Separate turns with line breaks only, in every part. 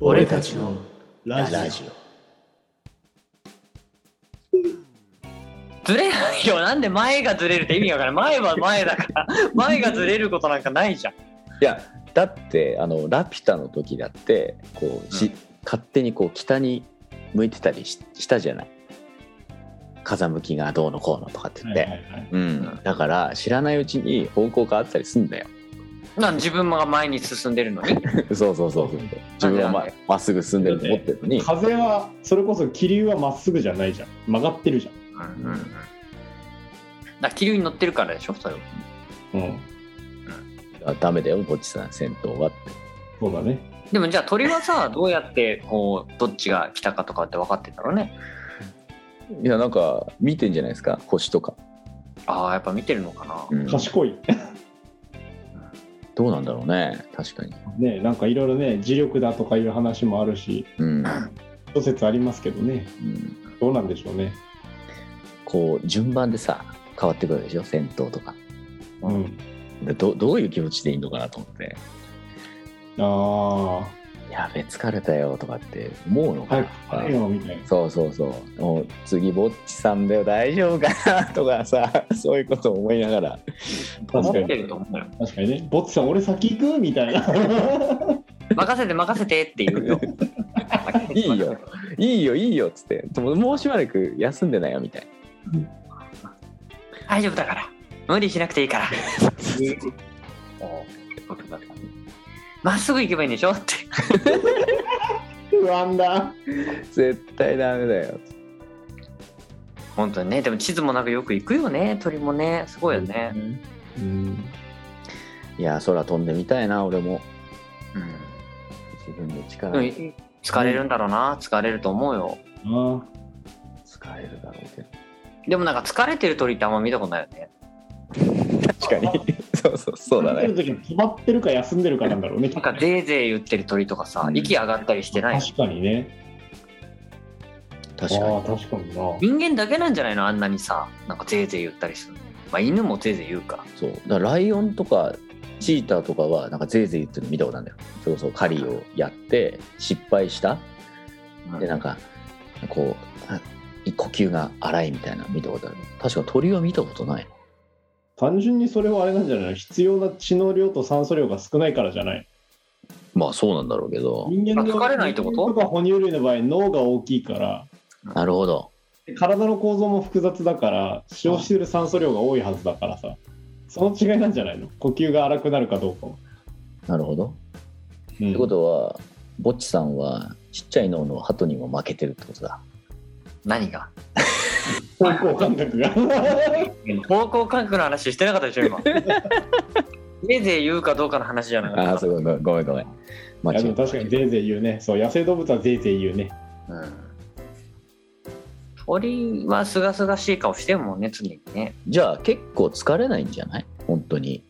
俺たちのラジオ。
ずれないよ。なんで前がずれるって意味がわからない。前は前だから、前がずれることなんかないじゃん。
いやだってあの「ラピュタ」の時だってこうし、
うん
勝手にこう北に向いてたりししたじゃない風向きがどうのこうのとかって言って、うん、だから知らないうちに方向変わってたりすんだよ
なん自分が前に進んでるのに。
そうそうそうそう自分はままっすぐ進んでると思ってるのに
風はそれこそ気流はまっすぐじゃないじゃん曲がってるじ
うんうんうん。だから気流に乗ってるからでしょ、それは。
ゃんうん
ダメだよこっちさん戦闘はって
そうだね
でもじゃあ鳥はさ、どうやってこう、どっちが来たかとかって分かってんだろうね。
いやなんか見てんじゃないですか星とか、
ああ、やっぱ見てるのかな。
うん
賢い
どうなんだろうね確かに、
ねなんかいろいろね磁力だとかいう話もあるし
うん
諸説ありますけどね
うん、
どうなんでしょうね
こう順番でさ変わってくるでしょ戦闘とか
うん
でどどういう気持ちでいいのかなと思って
あ
「やべ疲れたよ」とかって思うの
あ
か
早
な
く帰れよみたいな
そうそうそうもう次ぼっちさんだよ大丈夫かなとかさ そういうことを思いながら
確
思っ
か
て
に
ると思うよ。
確かにねボッツさん俺先行くみたい な
任せて任せてって言うよ。
いいよ。「いいよいいよ」っつって「もうもうしばらく休んでないよ」みたい
大丈夫だから。無理しなくていいから。まっすぐ行けばいいんでしょって。
不安だ
な「絶対ダメだよ
本当にねでも地図もなくよく行くよね鳥もねすごいよ」ね、
うん
いや空飛んでみたいな俺も
うん
自分の力
でも疲れるんだろうな疲れると思うよ
あ
使えるだろうけど
でもなんか疲れてる鳥ってあんま見たことないよね
確かに そうそうそうだ
帰っ
ね
てる時に止まってるか休んでるかなんだろうね
なんかぜいぜい言ってる鳥とかさ
うん
息上がったりしてない
確かにね
確か
ああ
に
確かにな
人間だけなんじゃないのあんなにさなんかぜいぜい言ったりするのまあ犬もぜいぜい言うか
そうだからライオンとかチーターとかはなんかぜいぜい言ってるの見たことあるんだよそれこそ狩りをやって失敗した
うん
でなんかこうあ呼吸が荒いみたいなの見たことある確か鳥は見たことない
単純にそれはあれなんじゃないの必要な血の量と酸素量が少ないからじゃない
まあそうなんだろうけど
人間の
あ疲れないってこと
人間か哺乳類の場合脳が大きいから
なるほど
体の構造も複雑だから使用している酸素量が多いはずだからさその違いなんじゃないの呼吸が荒くなるかどうかは、
なるほど、
うん
ってことはぼっちさんはちっちゃい脳の鳩にも負けてるってことだ
何が
方向感覚が
方向感覚の話してなかったでしょ 今ぜいぜい言うかどうかの話じゃなか
あ
っ
あ
た
そういうことごめんごめん間
いやでも確か にぜいぜい言うねそう野生動物はぜいぜい言うね
うん鳥はすがすがしい顔してるもんね常にね
じゃあ結構疲れないんじゃない本当に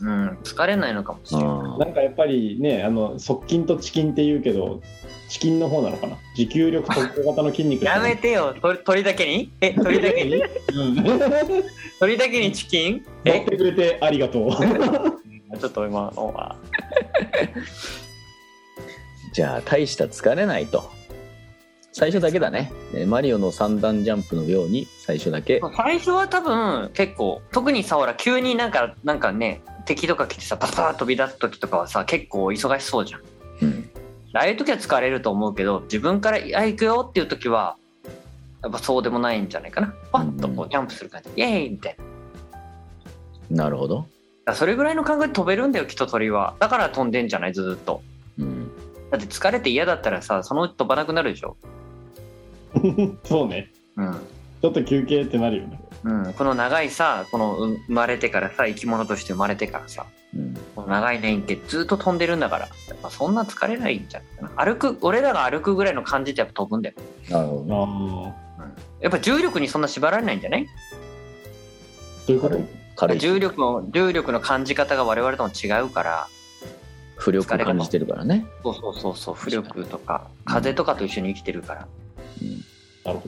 うん疲れないのかもしれない
なんかやっぱりねあの側筋とチキンって言うけどチキンの方なのかな持久力特化型の筋肉
やめてよ鳥鳥だけにえ鳥だけ に
うん
鳥だけにチキン
やっ
え
てくれてありがとう。
ちょっと今おあ
じゃあ大した疲れないと最初だけだねえマリオの三段ジャンプのように最初だけ
最初は多分結構特にさほら急になんかなんかね敵とか来てさバサー飛び出す時とかはさ結構忙しそうじゃん
うん
ああいう時は疲れると思うけど自分から「あ行くよ」っていう時はやっぱそうでもないんじゃないかなパッとこ
う
うジャンプする感じ「イエーイ!」みたいな
なるほど、
だからそれぐらいの感覚で飛べるんだよきっと鳥はだから飛んでんじゃないずーっと
うん、
だって疲れて嫌だったらさそのうち飛ばなくなるでしょ
そうね。
うん、
ちょっと休憩ってなるよね。
うん、この長いさこのう生まれてからさ生き物として生まれてからさ
うん、
この長い年月ずっと飛んでるんだからやっぱそんな疲れないんじゃないかな歩く俺らが歩くぐらいの感じでやっぱ飛ぶんだよ
なるほど
ああ。
やっぱ重力にそんな縛られないんじゃない
どういうこと
軽い軽い
重
し
力の重力の感じ方が我々とも違うから
浮力を感じてるからね、
そうそうそうそう浮力とか風とかと一緒に生きてるから
うん、
なるほ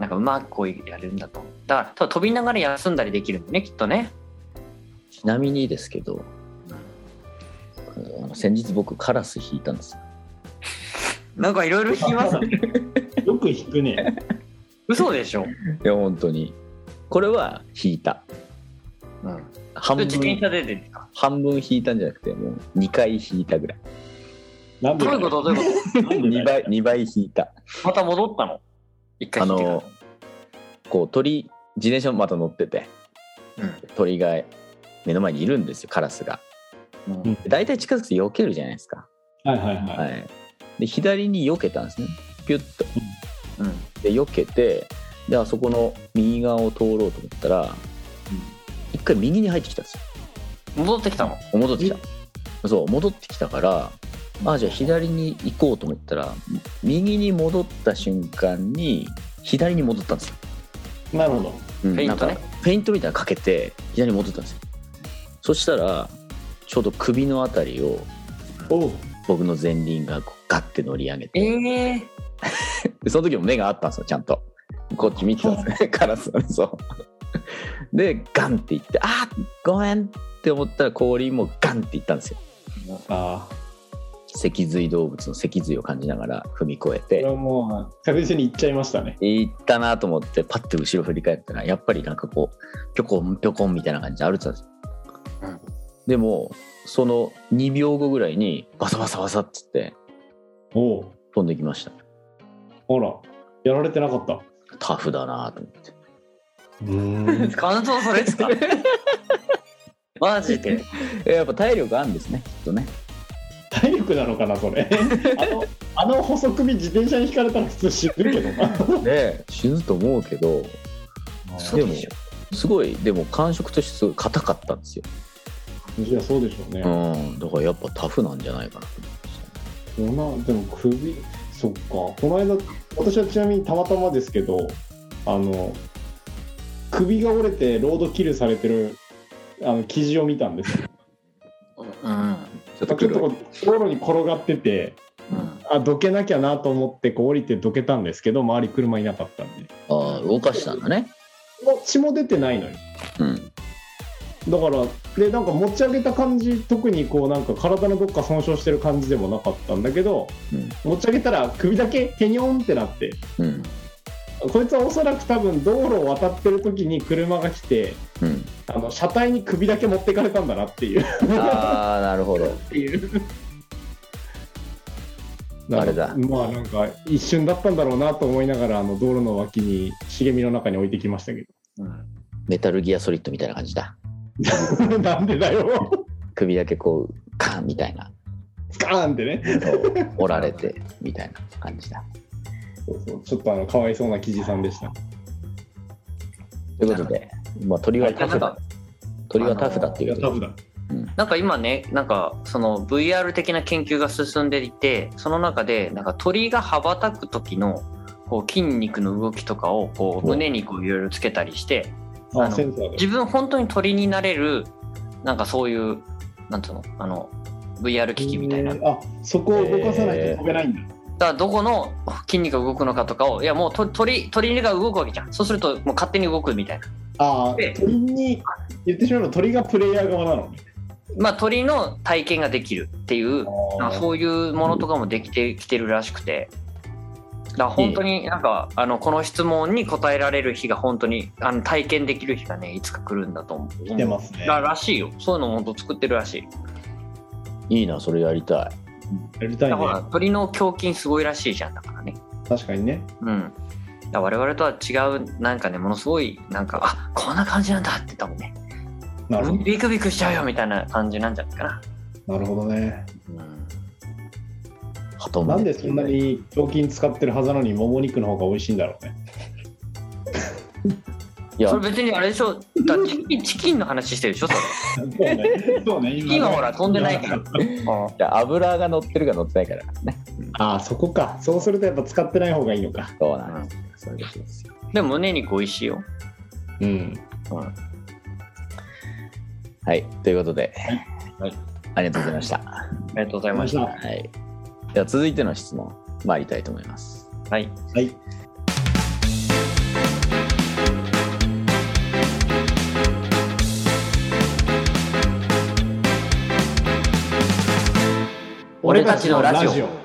なんかうまくこうやれるんだと思うだから多分飛びながら休んだりできるんだねきっとね、
ちなみにですけどあの先日僕カラス引いたんです
なんかいろいろ聞きますね
よく引くね。
嘘でしょ、
いや本当にこれは引いた
うん、
半分
自転車でですか
半分引いたんじゃなくてもう2回引いたぐらい
なんで
どう
だ
いう
よ
ことどういうこ
なんでだ
2
よ
倍二倍引いた
とまた戻ったの一回
あ
引いてから
のこう鳥自転車また乗ってて鳥が目の前にいるんですよカラスが
うん
うん
で大体近づくと避けるじゃないですか、
はいはいは。
はいい、で左に避けたんですねピュッと
うんうん
で避けてであそこの右側を通ろうと思ったら一回右に入ってきたんですよ
戻ってきたの
戻ってきたそう戻ってきたからあじゃあ左に行こうと思ったら右に戻った瞬間に左に戻ったんですよ、
なるほど。
うん
フェイントね
なんかフェイントみたいなのかけて左に戻ったんですよそしたらちょうど首のあたりを
おう。
僕の前輪がこうガッて乗り上げて
ええ
でその時も目があったんですよちゃんとこっち見てたんですねカラスのそうでガンっていってあごめんって思ったら氷もガンっていったんですよ
ああ。
脊髄動物の脊髄を感じながら踏み越え
これ
て
はもう確実に行っちゃいましたね。
行ったなと思ってパッて後ろ振り返ったらやっぱりなんかこうぴょこんぴょこんみたいな感じで歩いてたんですよ、
うん
でもその2秒後ぐらいにバサバサバサっつって
おう。
飛んできました
ほら。やられてなかった。う
タフだなと思って
ーん。
感想それ ですかマジで
え やっぱ体力あるんですねきっとね
体力なのかな、そ れ。あの、あの細首自転車に引かれたら普通死ぬけどな。
で死ぬと思うけど
そう
で
で
も
しょ
すごいでも感触としてすごい硬かったんですよ、
いや、そうでしょうね。
うん、だからやっぱタフなんじゃないかなと思いました
そんなでも首そっかこの間私はちなみにたまたまですけどあの首が折れてロードキルされてるあの記事を見たんです よ
うん
ちょっ
ちょ
と
っと
黒い
こう道路に転がってて
うん
あどけなきゃなと思ってこう降りてどけたんですけど周り車いなかったんで
あー動かしたんだね
血も血も出てないのよ
うん
だからでなんか持ち上げた感じ特にこうなんか体のどっか損傷してる感じでもなかったんだけど
うん
持ち上げたら首だけへにょんってなって
うん
こいつはおそらく多分道路を渡ってる時に車が来て
うん
あの車体に首だけ持ってかれたんだなっていう
ああなるほどあれだ
まあなんか一瞬だったんだろうなと思いながらあの道路の脇に茂みの中に置いてきましたけ
うん
メタルギアソリッドみたいな感じだ
ど なんでだ よ
首だけこうカンみたいな
スカーンってね
そう折られてみたいな感じだ
そうそうちょっとあのかわいそうな記事さんでした
ということで、まあ、鳥はタフだ鳥はタフだって
い
いう
や
こ
多
と
分だ
なんか今ねなんかその VR 的な研究が進んでいてその中でなんか鳥が羽ばたく時のこう筋肉の動きとかをこう胸にこういろいろつけたりしてあ
あ
の
センサーで
自分本当に鳥になれるなんかそういうなんつうのあの VR 機器みたいな
えーあそこを動かさない
えー
と飛べないんだ、
だからどこの筋肉が動くのかとかをいやもうと鳥鳥が動くわけじゃんそうするともう勝手に動くみたいな
ああ
で
鳥に言ってしまえば鳥がプレイヤー側なのね
まあ鳥の体験ができるっていうなんか
あ
そういうものとかもできてきてるらしくてだから本当になんかあのこの質問に答えられる日が本当にあの体験できる日がねいつか来るんだと思う
来てますね
ららしいよそういうのも本当作ってるらしい
いいなそれやりた
やりたい
だ
ね
から鳥の胸筋すごいらしいじゃんだからね
確かにね
うん、だから我々とは違うなんかねものすごいなんかあこんな感じなんだって多分ね
なるほ
ビクビクしちゃうよみたいな感じなんじゃないかな、
どなるほどね
い鳩
なん
胸
で
って
そ
いうん
なに胸筋使ってるはずなのにもも肉の方が美味しいんだろうね
いや
それ別にあれでしょだからチキンチキンの話してるでしょそれ
そう ねそうね
チ
今
キンは
ね
ほら飛んでないから
いや油が乗ってるか乗ってないからね
ああそこかそうするとやっぱ使ってない方がいいのか
そうなんですよそういうことですよ
でも胸肉美味しいよ
うん
はいということで、
はい
ありがとうございました
ありがとうございました
は
はい。では続いての質問、参りたいと思います。
はい
い
俺たちのラジオ